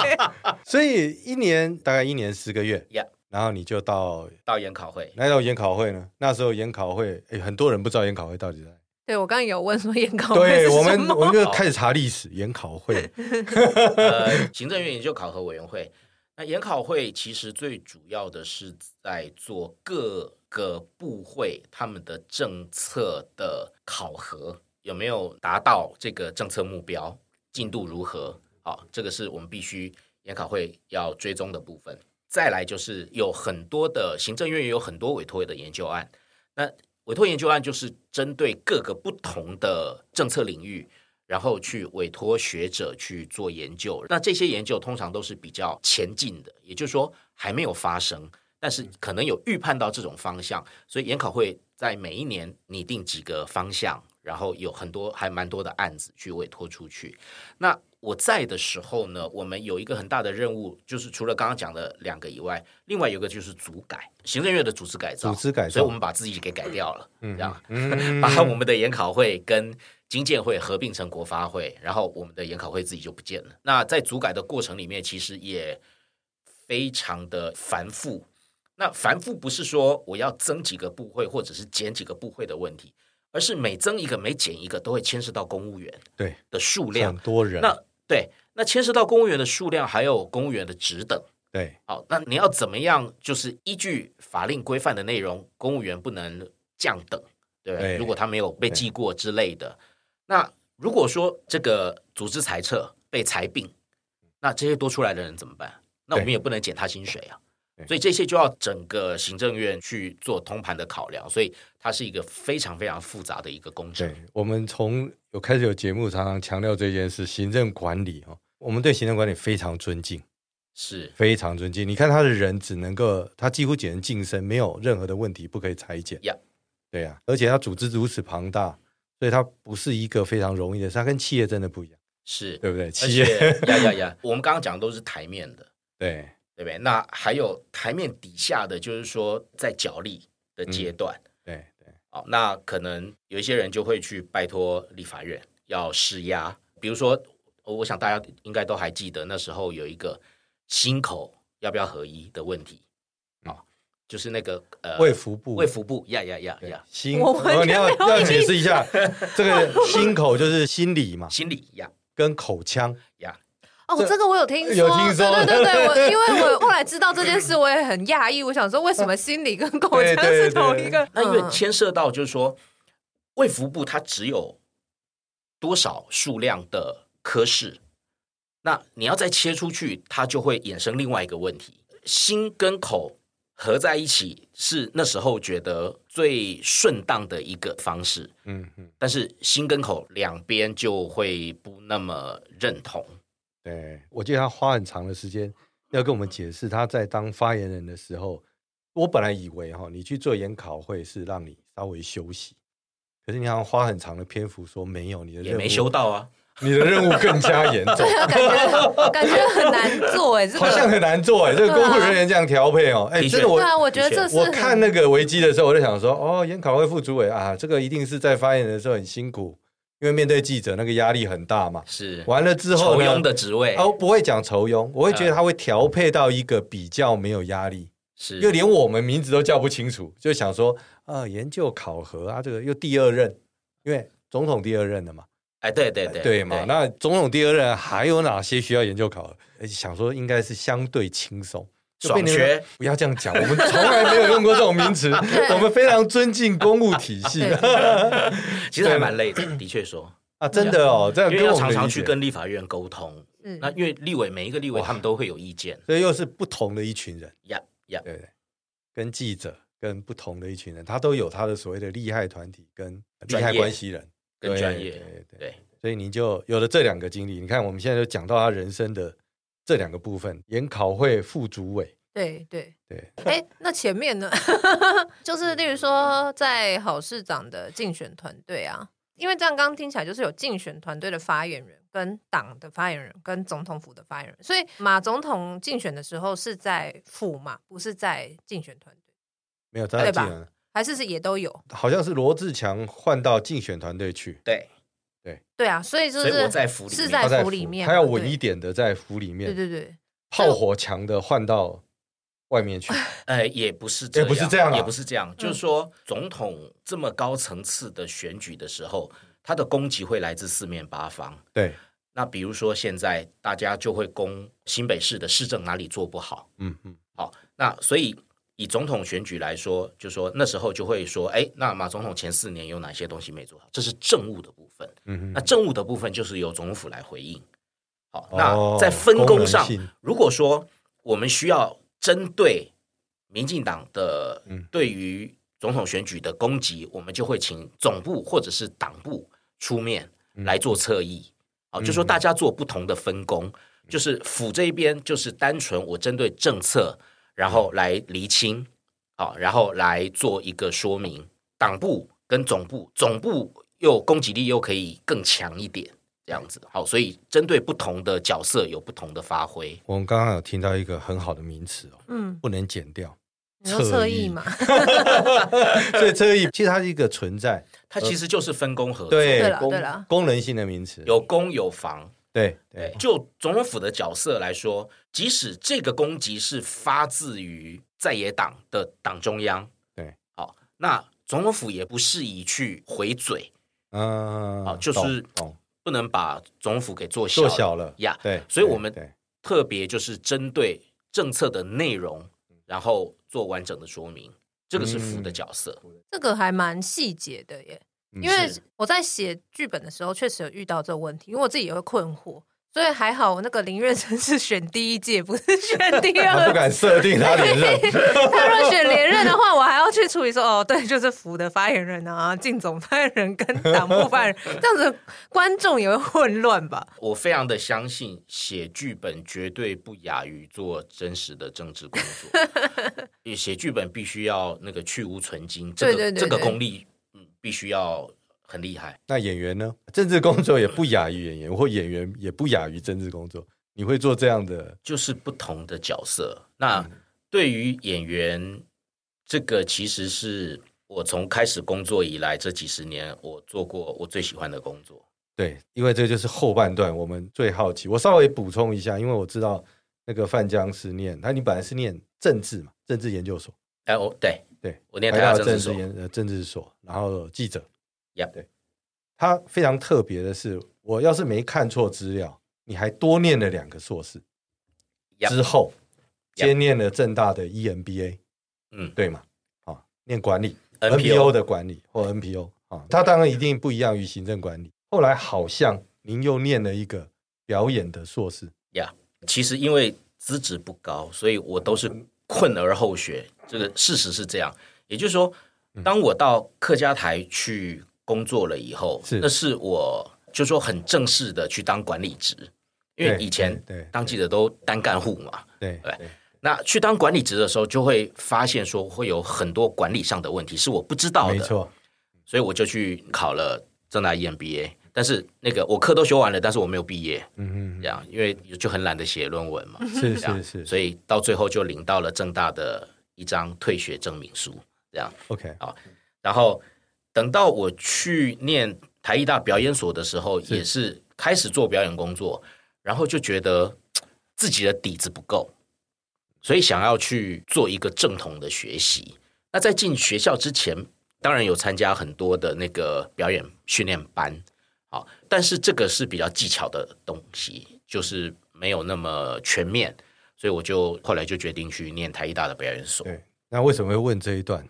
S4: *laughs* 所以一年大概一年十个月
S5: Yeah
S4: 然后你就到
S5: 到研考会，
S4: 来到研考会呢。那时候研考会，诶很多人不知道研考会到底在。
S3: *laughs* 对我刚刚有问说研考会
S4: 对
S3: 是
S4: 我
S3: 什
S4: 们，
S3: 么
S4: 我们就开始查历史研考会。
S5: 呃，行政院研究考核委员会。那研考会其实最主要的是在做各个部会他们的政策的考核，有没有达到这个政策目标，进度如何？好，这个是我们必须研考会要追踪的部分。再来就是有很多的行政院也有很多委托的研究案，那委托研究案就是针对各个不同的政策领域，然后去委托学者去做研究。那这些研究通常都是比较前进的，也就是说还没有发生，但
S4: 嗯
S5: 是可能有预判到这种方向，所以研考会在每一年拟定几个方向，然后有很多还蛮多的案子去委托出去。那我在的时候呢，我们有一个很大的任务，就是除了刚刚讲的两个以外，另外有一个就是组改，行政院的组织改造，
S4: 组织改造
S5: 所以我们把自己给改掉了，这样，
S4: 嗯
S5: 把我们的研考会跟经建会合并成国发会，然后我们的研考会自己就不见了。那在组改的过程里面，其实也非常的繁复，那繁复不是说我要增几个部会或者是减几个部会的问题，而是每增一个每减一个都会牵涉到公务员
S4: 对，
S5: 的数
S4: 很
S5: 量。
S4: 多人，
S5: 那对，那牵涉到公务员的数量，还有公务员的职等。
S4: 对
S5: 好，那你要怎么样？就是依据法令规范的内容，公务员不能降等，对不对？
S4: 对
S5: 如果他没有被记过之类的，那如果说这个组织裁撤被裁并，那这些多出来的人怎么办？那我们
S4: 对
S5: 也不能减他薪水啊。
S4: 对
S5: 所以这些就要整个行政院去做通盘的考量，所以它是一个非常非常复杂的一个工程
S4: 对。，我们从有开始有节目常常强调这件事，行政管理哦，我们对行政管理非常尊敬，
S5: 是
S4: 非常尊敬。你看他的人只能够，他几乎只能晋升，没有任何的问题不可以裁减。
S5: Yeah
S4: 对呀、而且他组织如此庞大，所以他不是一个非常容易的事，他跟企业真的不一样，
S5: 是，
S4: 对不对？
S5: 而
S4: 企业
S5: 且呀呀呀，我们刚刚讲的都是台面的，
S4: 对
S5: 对不对？那还有台面底下的，就是说在角力的
S4: 嗯
S5: 阶段，
S4: 对对
S5: 哦，那可能有一些人就会去拜托立法院要施压，比如说，我我想大家应该都还记得那时候有一个新口要不要合一的问题，啊、哦，就是那个呃，
S4: 卫福部
S5: 卫福部呀呀呀
S4: 对
S5: 呀，
S4: 新
S1: 我完全
S4: 哦，你要
S1: 没有
S4: 要
S1: 印
S4: 解释一下，这个心口就是心理嘛，
S5: 心理呀
S4: 跟口腔
S5: 呀，
S3: 哦，
S4: 这
S3: 这个我有听说，
S4: 有听说
S3: 对对对对，
S4: *laughs*
S3: 我因为我后来知道这件事，我也很讶异，我想说为什么心理跟口腔是
S4: 对对对
S3: 同一个？
S5: 那因为
S3: 嗯
S5: 牵涉到就是说，卫福部它只有多少数量的科室，那你要再切出去，它就会衍生另外一个问题：心跟口合在一起是那时候觉得最顺当的一个方式，
S4: 嗯嗯，
S5: 但是心跟口两边就会不那么认同。
S4: 对，我记得他花很长的时间要跟我们解释他在当发言人的时候，我本来以为哈，你去做研考会是让你稍微休息，可是你好像花很长的篇幅说没有，你的
S5: 也
S4: 任务
S5: 没修，到啊，
S4: *laughs* 你的任务更加严
S5: *laughs*
S4: 重，
S3: 对啊，感觉 *laughs* 感觉很难做
S4: *laughs*
S3: 哎，这
S4: 好像
S3: 个
S4: 很难做哎，这个公务人员这样调配哦，哎，
S5: 的确
S4: 真的我
S3: 对。啊，我觉得
S5: 的确
S3: 这是
S4: 我
S3: 很
S4: 看那个危机的时候，我就想说，哦，研考会副主委啊，这个一定是在发言人的时候很辛苦，因为面对记者那个压力很大嘛。
S5: 是
S4: 完了之后
S5: 酬庸
S4: 呢，
S5: 的职位，
S4: 哦，不会讲酬庸，我会觉得
S5: 嗯
S4: 他会调配到一个比较没有压力，
S5: 是
S4: 因为连我们名字都叫不清楚，就想说啊、研究考核啊，这个又第二任，因为总统第二任了嘛，
S5: 哎，对对对
S4: 对嘛？那总统第二任还有哪些需要研究考核？而且想说应该是相对轻松。就被
S5: 爽
S4: 你们
S5: 学
S4: 不要这样讲，我们从来没有用过这种名
S5: *laughs*
S4: 词，我们非常尊敬公务体系
S3: 对
S5: 其实还蛮累的，的确说。
S4: *laughs* 啊，真的哦，这样
S5: 因
S4: 跟
S5: 为
S4: 我
S5: 要
S4: 们
S5: 常
S4: 的
S5: 常
S4: 理
S5: 去
S4: 解
S5: 跟立法院沟通。
S3: 嗯
S5: 那因为立委每一个立委他们都会有意见，
S4: 所以又是不同的一群人，
S5: 呀呀，
S4: 对不对？跟记者，跟不同的一群人，他都有他的所谓的利害团体跟利
S5: 专业
S4: 害关系人，
S5: 跟
S4: 对
S5: 专业
S4: 对对
S5: 对
S4: 所以你就有了这两个经历。你看，我们现在就讲到他人生的这两个部分，研考会副主委，
S3: 对对。
S4: 对，
S3: 哎，那前面呢？ *laughs* 就是例如说，在好市长的竞选团队啊，因为这样刚刚听起来就是有竞选团队的发言人、跟党的发言人、跟总统府的发言人，所以马总统竞选的时候是在府嘛，不是在竞选团队，
S4: 没有他
S3: 对
S4: 的
S3: 吧
S4: 技能，
S3: 还是是也都有？
S4: 好像是罗志强换到竞选团队去，
S5: 对，
S3: 对啊，所以就
S5: 所以
S3: 是
S5: 我在府里面
S3: 是
S5: 在
S4: 他
S3: 在府里面嘛，
S4: 他要稳
S3: 对
S4: 一点的在府里
S3: 对
S4: 面，
S3: 对对，
S4: 炮火强的换到外
S3: *laughs*
S4: 面去，
S5: 呃，也不是这
S4: 也
S5: 样，
S4: 不是这样啊
S5: 也不是这样，就是说总统这么高层次的选举的时候，他的攻击会来自四面八方。
S4: 对，
S5: 那比如说现在大家就会攻新北市的市政哪里做不好，
S4: 嗯嗯，
S5: 好，那所以以总统选举来说，就说那时候就会说，哎，那马总统前四年有哪些东西没做好？这是政务的部分。
S4: 嗯哼
S3: 啊
S5: 那政务的部分就是由总统府来回应。好，
S4: 哦
S5: 那在分工上
S4: 功能性，
S5: 如果说我们需要针对民进党的
S4: 嗯
S5: 对于总统选举的攻击，我们就会请总部或者是党部出面
S4: 嗯
S5: 来做侧翼。好，就说大家做不同的分工，就是府这一边就是单纯我针对政策，然后来厘清，好，然后来做一个说明。党部跟总部，总部又攻击力又可以更强一点，这样子。好，所以针对不同的角色有不同的发挥。
S4: 我们刚刚有听到一个很好的名词哦，
S3: 嗯，
S4: 不能剪掉， *laughs*
S3: 你说侧翼嘛， *laughs*
S4: 所以侧翼其实它是一个存在，
S5: 它其实就是分工合作，
S4: 呃对
S3: 对啦
S4: 功
S3: 对啦
S4: 功能性的名词，
S5: 有攻有防，
S4: 对
S5: 对
S4: 对，
S5: 就总统府的角色来说，即使这个攻击是发自于在野党的党中央，
S4: 对，
S5: 好，那总统府也不适宜去回嘴，
S4: 嗯，
S5: 啊就
S4: 懂
S5: 是
S4: 懂
S5: 不能把总统府给做小
S4: 做小了
S5: 呀。
S4: 对，
S5: 所以
S4: 对
S5: 我们
S4: 对
S5: 特别就是针对政策的内容，然后做完整的说明，这个是府的角色。
S3: 这个还蛮细节的耶，
S4: 嗯
S3: 因为
S5: 是
S3: 我在写剧本的时候确实有遇到这个问题，因为我自己也会困惑，所以还好我那个林月珍是选第一届，不是
S4: *laughs*
S3: 选第
S4: 他
S3: 二
S4: 啊不
S3: 届。
S4: 敢设定他
S3: *laughs*
S4: 连任，
S3: 他若选连任的
S4: *laughs*
S3: 话，我还要去处理说，哦，对，就是福的发言人啊，靳总发言人跟党部发言人，这样子观众也会混乱
S4: *laughs*
S3: 吧？
S5: 我非常的相信，写剧本绝对不亚于做真实的政治工作。
S3: *laughs*
S5: 因为写剧本必须要那个去无存精，这个
S3: 对对对
S5: 这个
S3: 对
S5: 功力，嗯，必须要很厉害。
S4: 那演员呢？政治工作也不亚于演员，或演员也不亚于政治工作。你会做这样的
S5: 就是不同的角色。那
S4: 嗯
S5: 对于演员，这个其实是我从开始工作以来这几十年，我做过我最喜欢的工作。
S4: 对，因为这就是后半段我们最好奇。我稍微补充一下，因为我知道那个范江是念，他你本来是念政治嘛，政治研究所，
S5: 哎，我对
S4: 对，
S5: 我念
S4: 台
S5: 台
S4: 大
S5: 大政
S4: 政
S5: 治所
S4: 治，研呃政治所，然后记者。
S5: Yep
S4: 对，他非常特别的是，我要是没看错资料，你还多念了两个硕士
S5: Yep
S4: 之后
S5: Yep
S4: 兼念了正大的 E EMBA，
S5: 嗯
S4: 对嘛？啊、念管理
S5: NPO
S4: 的管理或 NPO 啊，它当然一定不一样于行政管理。后来好像您又念了一个表演的硕士，
S5: 呀。其实因为资质不高，所以我都是困而后学。这个事实是这样，也就是说，
S4: 嗯
S5: 当我到客家台去工作了以后，
S4: 是
S5: 那是我就说很正式的去当管理职，因为
S4: 对
S5: 以前
S4: 对对
S5: 当记者都单干户嘛。
S4: 对
S5: 对那去当管理职的时候，就会发现说会有很多管理上的问题是我不知道的，
S4: 没，错，
S5: 所以我就去考了正大 E EMBA，但是那个我课都修完了，但是我没有毕业，
S4: 嗯
S5: 这样，因为就很懒得写论文嘛， *laughs*
S4: 嗯，是
S5: 这样
S4: 是是，
S5: 所以到最后就领到了正大的一张退学证明书，这样，
S4: OK，
S5: 然后等到我去念台艺大表演所的时候，
S4: 是
S5: 也是开始做表演工作，然后就觉得嘖自己的底子不够，所以想要去做一个正统的学习。那在进学校之前，当然有参加很多的那个表演训练班，好，但是这个是比较技巧的东西，就是没有那么全面，所以我就后来就决定去念台艺大的表演所。
S4: 对。那为什么会问这一段？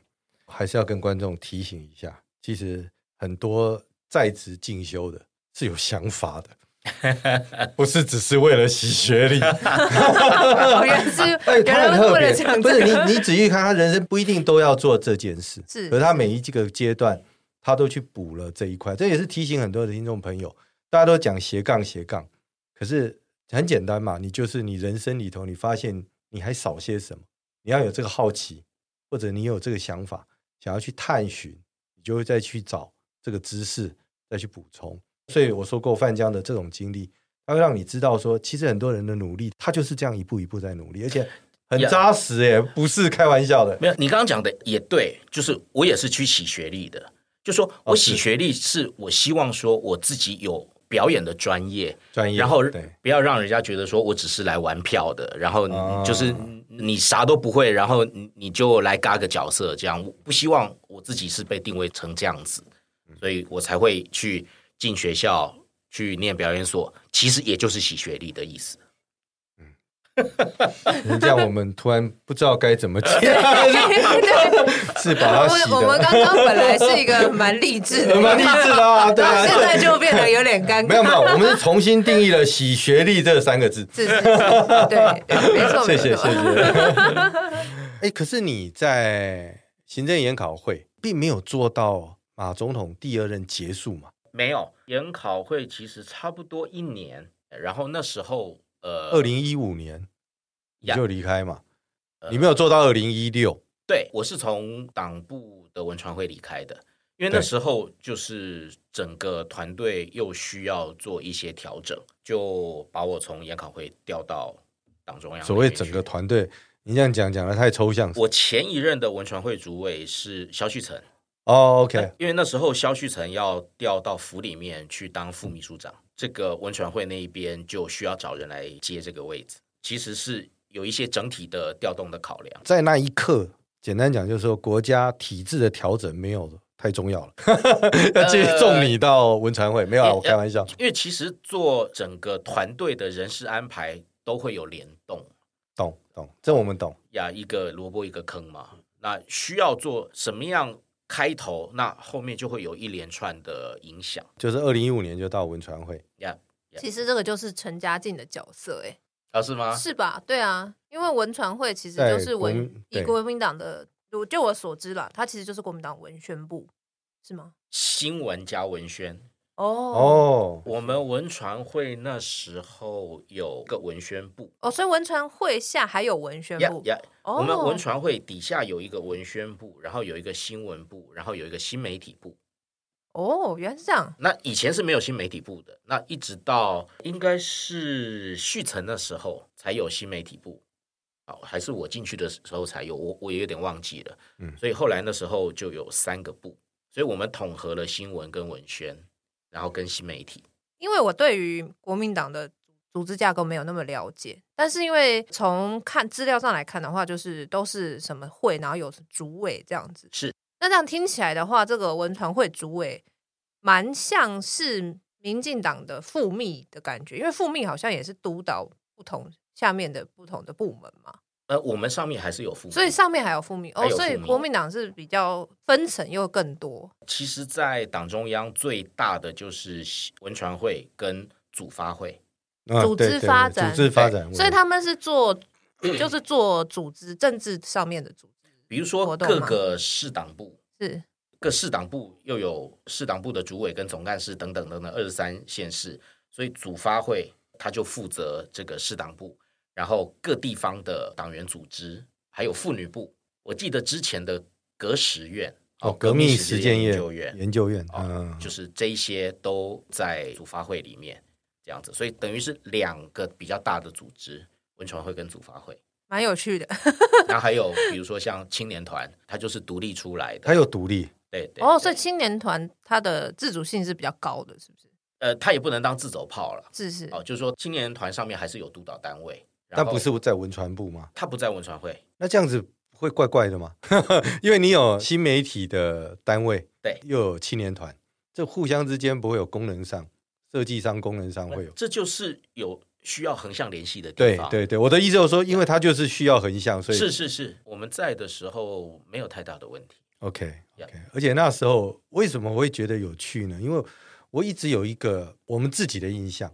S4: 还是要跟观众提醒一下，其实很多在职进修的是有想法的，
S5: *laughs*
S4: 不是只是为了洗学历。
S3: 哦，原来是
S4: 哎，
S3: 原
S4: 他很
S3: 来
S4: 特
S3: 是为了
S4: 别，
S3: 讲
S4: 不
S3: 这 *laughs*
S4: 是
S3: 个，
S4: 你，你仔细看，他人生不一定都要做这件事，
S3: 是
S4: 可是他每一个阶段，他都去补了这一块，这也是提醒很多的听众朋友，大家都讲斜杠斜杠，可是很简单嘛，你就是你人生里头，你发现你还少些什么，你要有这个好奇，或者你有这个想法，想要去探寻，你就会再去找这个知识，再去补充。所以我说过，范江的这种经历，它会让你知道说，其实很多人的努力，他就是这样一步一步在努力，而
S5: *laughs*
S4: 且很
S5: 呀
S4: 扎实耶，不是开玩笑的。
S5: 没有，你刚刚讲的也对，就是我也是去洗学历的，就说
S4: 哦
S5: 我洗学历是我希望说我自己有表演的专业，
S4: 专业，
S5: 然后 *laughs*
S4: 对
S5: 不要让人家觉得说我只是来玩票的，然后你
S4: 啊
S5: 就是你啥都不会，然后你你就来嘎个角色这样，我不希望我自己是被定位成这样子，所以我才会去进学校去念表演所，其实也就是洗学历的意思。
S4: 这样我们突然不知道该怎么接，是把它洗
S3: 我们我们
S4: 的，
S3: 刚刚本来是一个蛮励志的，
S4: *laughs* 蛮励志
S3: *laughs*
S4: 的啊，对
S3: 然后现
S4: 啊。
S3: 在就变得有点尴尬。
S4: 没有没有，我们是重新定义了“洗学历”这三个字。
S3: 是是是，对，对没错，
S4: 谢谢
S3: 没
S4: 谢
S3: 错
S4: 谢。 *laughs* 哎，可是你在行政研考会并没有做到马总统第二任结束嘛？
S5: 没有研考会，其实差不多一年，然后那时候呃，
S4: 二零一五年你
S5: 呀
S4: 就离开嘛，
S5: 呃
S4: 你没有做到二零一六，
S5: 对，我是从党部的文传会离开的，因为那
S4: 对
S5: 时候就是整个团队又需要做一些调整，就把我从研考会调到党中央。
S4: 所谓整个，团队，你这样讲讲的太抽象。
S5: 我前一任的文传会主委是萧旭成，
S4: 哦，OK，
S5: 因为那时候萧旭成要调到府里面去当副秘书长，这个文传会那一边就需要找人来接这个位置，其实是有一些整体的调动的考量。
S4: 在那一刻，简单讲就是说，国家体制的调整没有太重 *laughs* 要了，要接送你到文传会，没有啊，
S5: 也
S4: 我开玩笑。
S5: 因为其实做整个团队的人事安排都会有联动
S4: 懂懂，这我们懂。
S5: 呀，一个萝卜一个坑嘛。那需要做什么样开头，那后面就会有一连串的影响
S4: 就是二零一五年就到文传会，
S5: 呀。
S3: *laughs* 其实这个就是陈嘉靖的角色、欸，
S5: 啊，是吗？
S3: 是吧？对啊，因为文传会其实
S4: 对
S3: 就是
S4: 国
S3: 文
S4: 民
S3: 以
S4: 对
S3: 国民党的，我就我所知啦，它其实就是国民党文宣部，是吗？
S5: 新闻加文宣，
S3: 哦
S4: 哦，
S5: 我们文传会那时候有个文宣部，
S3: 哦，所以文传会下还有文宣
S5: 呀
S3: 部
S5: 呀，
S3: 哦
S5: 我们文传会底下有一个文宣部，然后有一个新闻部，然后有一个新媒体部。
S3: 哦，原来是这样，
S5: 那以前是没有新媒体部的，那一直到应该是旭晨的时候才有新媒体部，哦，还是我进去的时候才有，我我也有点忘记了。
S4: 嗯
S5: 所以后来那时候就有三个部，所以我们统合了新闻跟文宣，然后跟新媒体。
S3: 因为我对于国民党的组织架构没有那么了解，但是因为从看资料上来看的话，就是都是什么会，然后有主委这样子。
S5: 是，
S3: 那这样听起来的话，这个文传会主委蛮像是民进党的副秘的感觉，因为副秘好像也是督导不同下面的不同的部门嘛，
S5: 呃，我们上面还是有副部，
S3: 所以上面还有副秘
S5: 嗯还
S3: 哦，
S5: 有
S3: 所以
S5: 副秘
S3: 国民党是比较分层又更多
S5: 其实，在党中央最大的就是文传会跟组发会，
S4: 啊
S3: 组织
S4: 对对对
S3: 发展
S4: 组织发展，嗯
S3: 所以他们是做 *clears throat* 就是做组织政治上面的组织
S5: 比如
S3: 活
S5: 说
S3: 动
S5: 各
S3: 吗
S5: 个市党部，
S3: 是。
S5: 各市党部又有市党部的主委跟总干事等等等等二十三县市，所以组发会他就负责这个市党部，然后各地方的党员组织，还有妇女部。我记得之前的革史院
S4: 哦，革命实践
S5: 研
S4: 院
S5: 究院
S4: 研究院，
S5: 哦
S4: 嗯，，
S5: 就是这一些都在组发会里面这样子，所以等于是两个比较大的组织，文传会跟组发会，
S3: 蛮有趣的
S5: 然后还有比如说像青年团，它就是独立出来的，
S4: 他有独立，
S5: 对对
S3: 哦，
S5: 对
S3: 所以青年团它的自主性是比较高的，是不是？
S5: 呃，它也不能当自走炮了。
S3: 是是
S5: 哦，就是说青年团上面还是有督导单位，然
S4: 但
S5: 后
S4: 不是在文传部吗？
S5: 他不在文传会，
S4: 那这样子会怪怪的吗？ *laughs* 因为你有新媒体的单位，
S5: 对
S4: 又有青年团，这互相之间不会有功能上、设计上、功能上会有。
S5: 这就是有需要横向联系的地
S4: 对
S5: 方。
S4: 对对，我的意思就是说，因为它就是需要横向，所以
S5: 是是是，我们在的时候没有太大的问题。
S4: OK
S5: Yeah.
S4: OK，而且那时候为什么我会觉得有趣呢？因为我一直有一个我们自己的印象，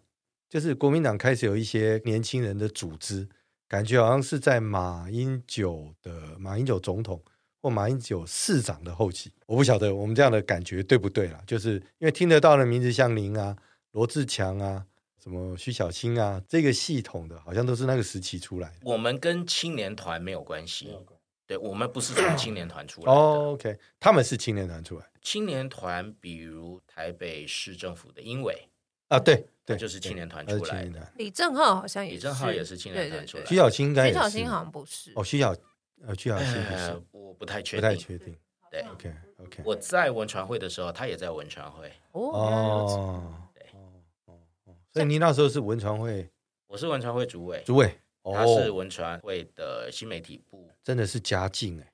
S4: 就是国民党开始有一些年轻人的组织，感觉好像是在马英九的马英九总统或马英九市长的后期。我不晓得我们这样的感觉对不对啦，就是因为听得到的名字像您啊、罗志强啊、什么徐小清啊，这个系统的好像都是那个时期出来的。
S5: 我们跟青年团没有关系，对我们不是从青年团出来的。
S4: 哦、o k 他们是青年团出来
S5: 青年团比如台北市政府的英伟，
S4: 啊，对对，呃
S5: 就是青年团
S4: 他是
S5: 出
S4: 青
S5: 来
S4: 年
S5: 的。
S4: 团。
S3: 李正浩好像也
S5: 李正浩也是青年团出来
S3: 对
S5: 的
S3: 对
S4: 徐
S3: 对，
S4: 小清应该也
S3: 徐小
S4: 是。
S3: 新好像不是
S4: 哦，徐小呃，徐小新不是
S5: 呃，，我不太确
S4: 不太
S5: 定。
S4: 确定。
S5: 对，
S4: OK OK，
S5: 我在文传会的时候，他也在文传会。
S3: 哦，原来如此
S4: 哦哦哦哦，所以你那时候是文传会
S5: 我是文传会主委，
S4: 主委，
S5: 他是
S4: 哦，
S5: 文传会的新媒体部
S4: 真的是家境哎，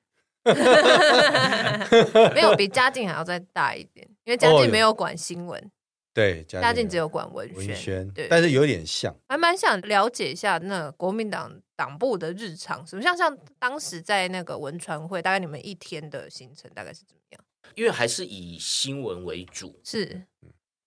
S3: 没有比嘉靖还要再大一点，因为嘉
S4: 哦
S3: 靖
S4: 有
S3: 没有管新闻，
S4: 对，
S3: 嘉
S4: 家
S3: 靖只
S4: 有
S3: 有管文
S4: 文
S3: 宣
S4: 宣，，
S3: 对，
S4: 但是有点像，
S3: 还蛮想了解一下那国民党党部的日常，什么像像当时在那个文传会，大概你们一天的行程大概是怎么样？
S5: 因为还是以新闻为主。
S3: 是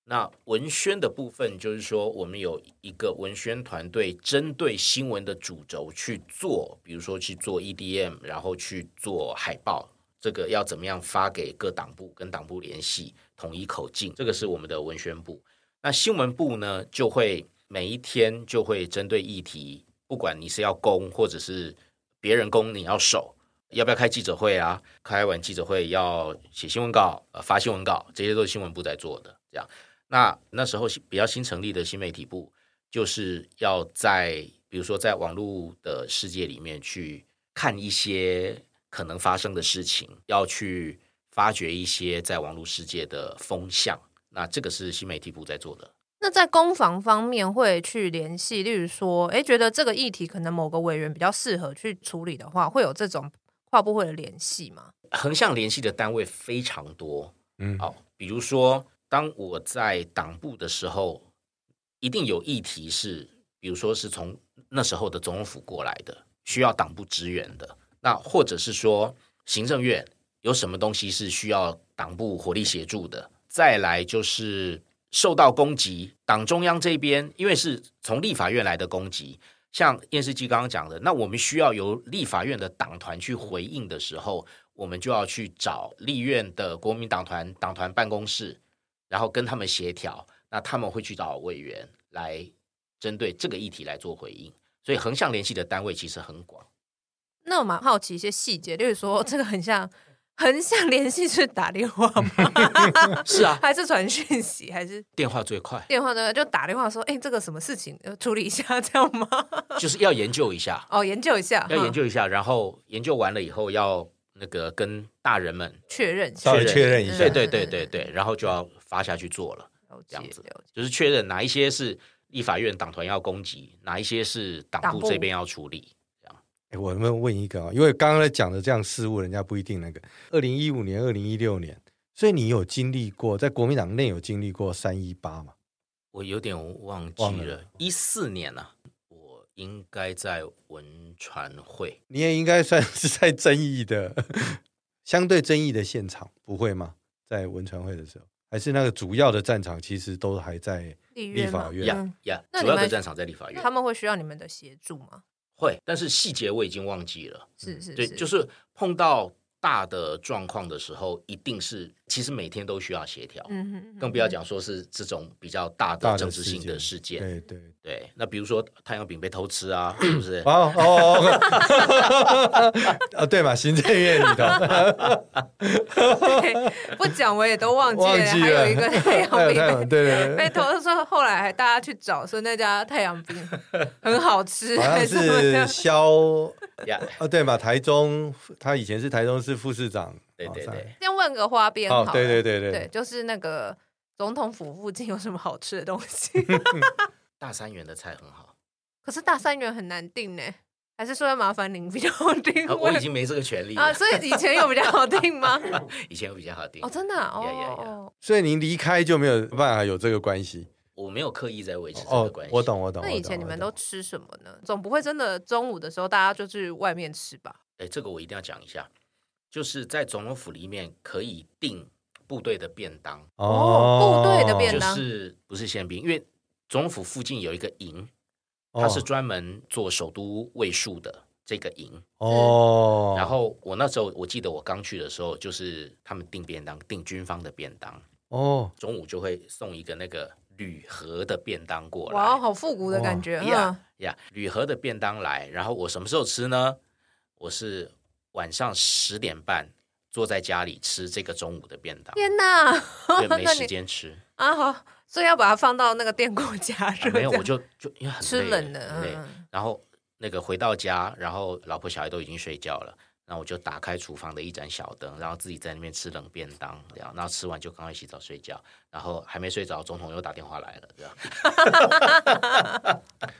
S5: 那文宣的部分，就是说我们有一个文宣团队，针对新闻的主轴去做，比如说去做 EDM，然后去做海报，这个要怎么样发给各党部，跟党部联系，统一口径，这个是我们的文宣部。那新闻部呢，就会每一天就会针对议题，不管你是要攻，或者是别人攻，你要守，要不要开记者会啊？开完记者会要写新闻稿、呃、发新闻稿，这些都是新闻部在做的。这样，那那时候新比较新成立的新媒体部，就是要在比如说在网络的世界里面去看一些可能发生的事情，要去发掘一些在网络世界的风向。那这个是新媒体部在做的。
S3: 那在攻防方面会去联系，例如说，诶，觉得这个议题可能某个委员比较适合去处理的话，会有这种跨部会的联系吗？
S5: 横向联系的单位非常多，
S4: 嗯，
S5: 好、比如说当我在党部的时候，一定有议题是，比如说是从那时候的总统府过来的，需要党部支援的，那或者是说行政院有什么东西是需要党部火力协助的，再来就是受到攻击，党中央这边因为是从立法院来的攻击，像电视机刚刚讲的，那我们需要由立法院的党团去回应的时候，我们就要去找立院的国民党团党团办公室，然后跟他们协调，那他们会去找委员来针对这个议题来做回应，所以横向联系的单位其实很广。
S3: 那我蛮好奇一些细节，例如说，这个很像。很像联系是打电话吗？ *laughs*
S5: 是啊，
S3: 还是传讯息，还是
S5: 电话最快，
S3: 电话呢？就打电话说，诶，这个什么事情呃处理一下，这样吗？
S5: 就是要研究一下，
S3: 哦，研究一下，
S5: *laughs* 要
S3: 哈
S5: 研究一下，然后研究完了以后要那个跟大人们，
S3: 确认一下，
S4: 稍微确认一下
S5: 对嗯对对对对，然后就要发下去做了。
S3: 了解
S5: 这样
S3: 了
S5: 子
S3: 解。
S5: 就是确认哪一些是立法院党团要攻击，哪一些是党
S3: 党
S5: 部
S3: 部
S5: 这边要处理。
S4: 诶欸我能不能问一个啊、因为刚刚讲的这样事物，人家不一定那个。二零一五年、二零一六年，所以你有经历过在国民党内有经历过三一八嘛？
S5: 我有点忘记
S4: 忘
S5: 了
S4: 了，
S5: 一四年呢、啊我应该在文传会，
S4: 你也应该算是在争议的， *laughs* 相对争议的现场，不会吗？在文传会的时候，还是那个主要的战场，其实都还在
S3: 立
S4: 立
S3: 院
S4: 法
S3: 吗？
S4: 院。
S5: 呀呀，
S3: 嗯那
S5: 主
S3: 你
S5: 要
S3: 们
S5: 的战场在立法院
S3: 他们会需要你们的协助吗？
S4: 嗯
S5: 会，但是细节我已经忘记了。
S3: 是是
S5: 对，就是碰到大的状况的时候，一定是其实每天都需要协调，
S3: 嗯哼， *laughs*
S5: 更不要讲说是这种比较大
S4: 大的
S5: 的政治性的
S4: 事
S5: 事件。
S4: 对对，
S5: 对，那比如说太阳饼被偷吃啊，是不是？
S4: 哦哦
S5: *laughs*
S4: 哦，啊对嘛，行政院里头
S3: 对不讲我也都忘记
S4: 忘记
S3: 还
S4: 了，
S3: 有一
S4: *laughs*
S3: 个太阳
S4: 还有太阳
S3: 饼
S4: 对对
S3: 被
S4: 对
S3: 被，偷，说后来还大家去找，说那家太阳饼 *laughs* 很好
S5: *laughs*
S3: 吃，
S4: 好像
S3: 还什么
S4: 是
S3: 的
S4: 肖
S5: 呀，
S4: 啊对嘛，台中他以前是台中市副市长，
S5: 对对对。
S3: 先问个花边好
S4: 哦
S3: 了，
S4: 对对对对
S3: 对，就是那个总统府附近有什么好吃的东
S4: *laughs*
S3: 西？
S5: 大三元的菜很好，
S3: 可是大三元很难定呢，还是说要麻烦 *laughs* 您比较好定
S5: 啊
S3: 位？
S5: 我已经没这个权利了。
S3: 啊，所以以前有比较好定吗？
S5: 以前有比较好听
S3: 哦，，真的啊
S5: 呀呀呀
S3: 哦，
S4: 所以您离开就没有办法有这个关系
S5: 我没有刻意在维持这个
S4: 哦
S5: 关，系。
S4: 我懂我懂。
S3: 那
S4: 我
S3: 以
S4: 懂
S3: 前你
S4: 我
S3: 们
S4: 懂
S3: 都吃什么呢？总不会真的中午的时候大家就去外面吃吧？
S5: 哎，这个我一定要讲一下，就是在总统府里面可以订部队的便当，
S3: 哦部队的便
S5: 就
S3: 当
S5: 是不是宪兵，因为总统府附近有一个营，
S4: 哦
S5: 它是专门做首都卫戍的这个营。
S4: 哦，
S5: 然后我那时候我记得我刚去的时候，就是他们订便当，订军方的便当，
S4: 哦，
S5: 中午就会送一个那个铝盒的便当过来。
S3: 哇，好哦复古的感觉，嗯
S5: 呀，呀，铝盒的便当来，然后我什么时候吃呢？我是晚上十点半坐在家里吃这个中午的便当，
S3: 天哪，
S5: 因为没
S3: 那
S5: 时
S3: 你 *laughs*
S5: 间吃，
S3: 啊好，所以要把它放到那个电锅加
S5: 啊
S3: 热，
S5: 没有
S3: 这
S5: 我
S3: 样
S5: 就就因为很
S3: 吃
S5: 累
S3: 冷
S5: 了
S3: 的，
S5: 很累
S3: 嗯，嗯
S5: 然后那个回到家，然后老婆小孩都已经睡觉了。然后我就打开厨房的一盏小灯，然后自己在那边吃冷便当，这样，然后吃完就赶快洗澡睡觉，然后还没睡着，总统又打电话来了，这样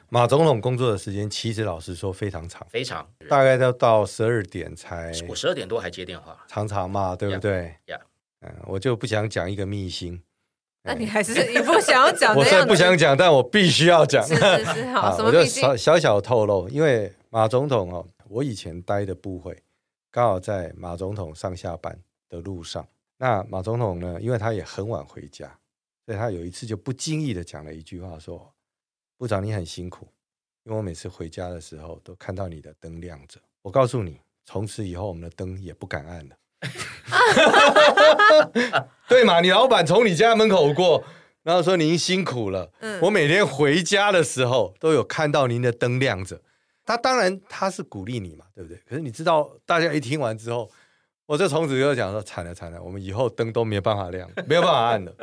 S4: 马总统工作的时间其实老实说非常长，
S5: 非常。
S4: 大概要到十二点才
S5: 我十二点多还接电话，
S4: 常常嘛，对不对
S5: Yeah, yeah
S4: 嗯，我就不想讲一个秘辛，
S3: 那
S5: 哎
S3: 你还
S5: *laughs*
S3: 是一副想要讲
S4: *laughs* 我
S3: 的
S4: 虽
S3: 样子，
S4: 然不想讲，但我必须要讲。
S3: 是是是，好，
S4: 啊，
S3: 什
S4: 我
S3: 么
S4: 就
S3: 秘境
S4: 小小小透露，因为马总统哦，我以前待的部会刚好在马总统上下班的路上。那马总统呢，因为他也很晚回家，所以他有一次就不经意的讲了一句话，说：“部长你很辛苦，因为我每次回家的时候都看到你的灯亮着。我告诉你，从此以后我们的灯也不敢暗了。” *laughs* 对嘛？你老板从你家门口过，然后说您辛苦了。
S3: 嗯
S4: 我每天回家的时候都有看到您的灯亮着。他当然他是鼓励你嘛，对不对？可是你知道，大家一听完之后，我这从此就讲说惨了惨了，我们以后灯都没有办法亮，没有办法暗了，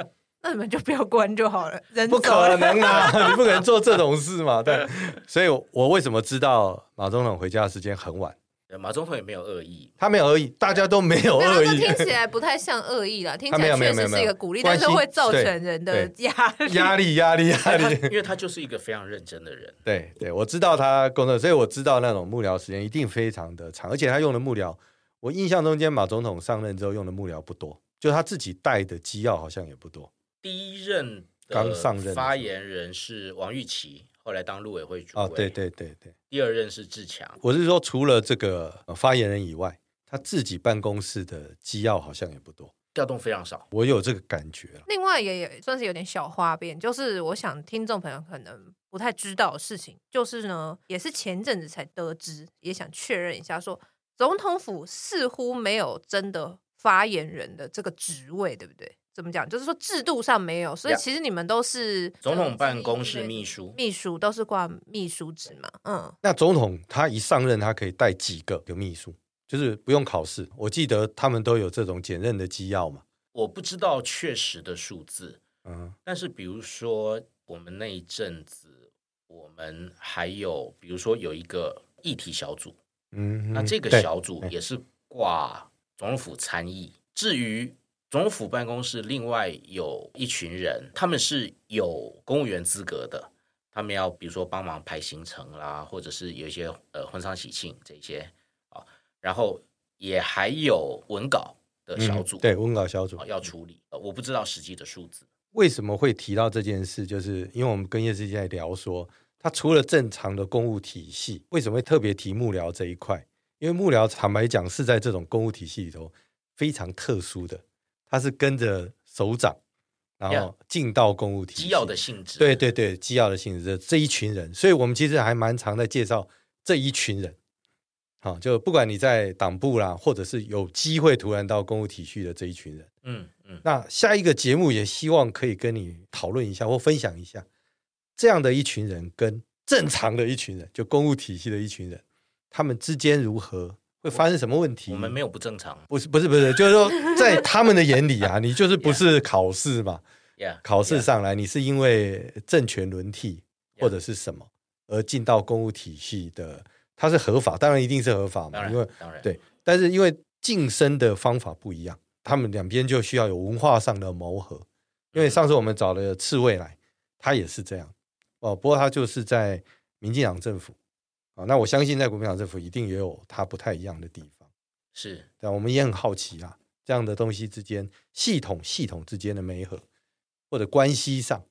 S3: 那你们就不要关就好了，人
S4: *laughs* 不
S3: 走
S4: 可
S3: 了，*laughs*
S4: 能啊！你不可能做这种事嘛。对，所以我我为什么知道马总统回家的时间很晚？
S5: 呃马总统也没有恶
S4: *laughs*
S5: 意，
S4: 他没有恶意，大家都没有
S3: 没有，啊
S4: 恶
S3: 这
S4: 意
S3: 听，
S4: *laughs*
S3: 起来不太像恶意啦，听起
S4: 没
S3: 来
S4: 有没
S3: 确
S4: 有没
S3: 实
S4: 有
S3: 是
S4: 没
S3: 一
S4: 有
S3: 个鼓励，
S4: 关
S3: 但
S4: 系
S3: 是会造成
S4: 对
S3: 人的
S4: 对
S3: 压力。
S4: *laughs* 压力压力压
S5: 他
S4: 力。 *laughs*
S5: 因为他就是一个非常认真的人，
S4: 对对，我知道他工作，所以我知道那种幕僚时间一定非常的长，而且他用的幕僚，我印象中间马总统上任之后用的幕僚不多，就他自己带的机要好像也不多。
S5: 第一任的
S4: 刚上任的时候
S5: 发言人是王玉琪，后来当陆委会主委。
S4: 哦，对。对对对，
S5: 第二任是志强，
S4: 我是说除了这个、呃发言人以外，他自己办公室的机要好像也不多，
S5: 调动非常少。
S4: 我有这个感觉了。
S3: 另外也也算是有点小花边，就是我想听众朋友可能不太知道的事情，就是呢，也是前阵子才得知，也想确认一下说，总统府似乎没有真的发言人的这个职位，对不对？怎么讲？就是说制度上没有，所以
S5: Yeah
S3: 其实你们都是
S5: 总统办公室秘
S3: 书，
S5: 书，
S3: 秘书都是挂秘书职嘛，嗯，
S4: 那总统他一上任，他可以带几个个秘书，就是不用考试。我记得他们都有这种简任的机要嘛，
S5: 我不知道确实的数字，
S4: 嗯，
S5: 但是比如说我们那一阵子，我们还有比如说有一个议题小组，
S4: 嗯哼，
S5: 那这个
S4: 对
S5: 小组也是挂总统府参议。至于总统府办公室，另外有一群人，他们是有公务员资格的，他们要比如说帮忙排行程啦，或者是有一些呃婚丧喜庆这些啊，然后也还有文稿的小组，
S4: 嗯对文稿小组
S5: 啊要处理，呃我不知道实际的数字。
S4: 为什么会提到这件事？就是因为我们跟叶世界在聊说，他除了正常的公务体系，为什么会特别提幕僚这一块？因为幕僚坦白讲是在这种公务体系里头非常特殊的，他是跟着首长，然后
S5: Yeah
S4: 进到公务体系
S5: 机要的性质，
S4: 对对对，机要的性质这这一群人，所以我们其实还蛮常在介绍这一群人。好，就不管你在党部啦，或者是有机会突然到公务体系的这一群人。
S5: 嗯嗯，
S4: 那下一个节目也希望可以跟你讨论一下或分享一下，这样的一群人跟正常的一群人，就公务体系的一群人，他们之间如何会发生什么问题？
S5: 我们没有不正常
S4: 不是不是不是，就是说在他们的眼里啊，你就是不是考试嘛，
S5: ，Yeah，
S4: 考试
S5: yeah，
S4: 上来你是因为政权轮替
S5: Yeah.
S4: 或者是什么而进到公务体系的，它是合法，当然一定是合法
S5: 当
S4: 嘛，因为
S5: 然当然
S4: 对，但是因为晋升的方法不一样，他们两边就需要有文化上的磨
S5: 嗯
S4: 合。因为上次我们找了刺猬来，他也是这样哦，不过他就是在民进党政府啊、哦那我相信在国民党政府一定也有他不太一样的地方。
S5: 是
S4: 但我们也很好奇啊，这样的东西之间系统系统之间的媒合，或者关系上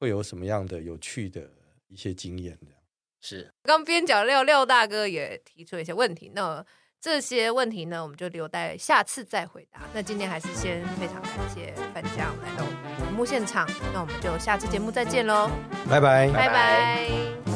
S4: 会有什么样的有趣的一些经验？这样
S5: 是，
S3: 刚边角料廖大哥也提出了一些问题，那这些问题呢，我们就留待下次再回答。那今天还是先非常感谢范江来到我们节目现场，那我们就下次节目再见喽，
S4: 拜拜
S3: 拜
S5: 拜
S3: 拜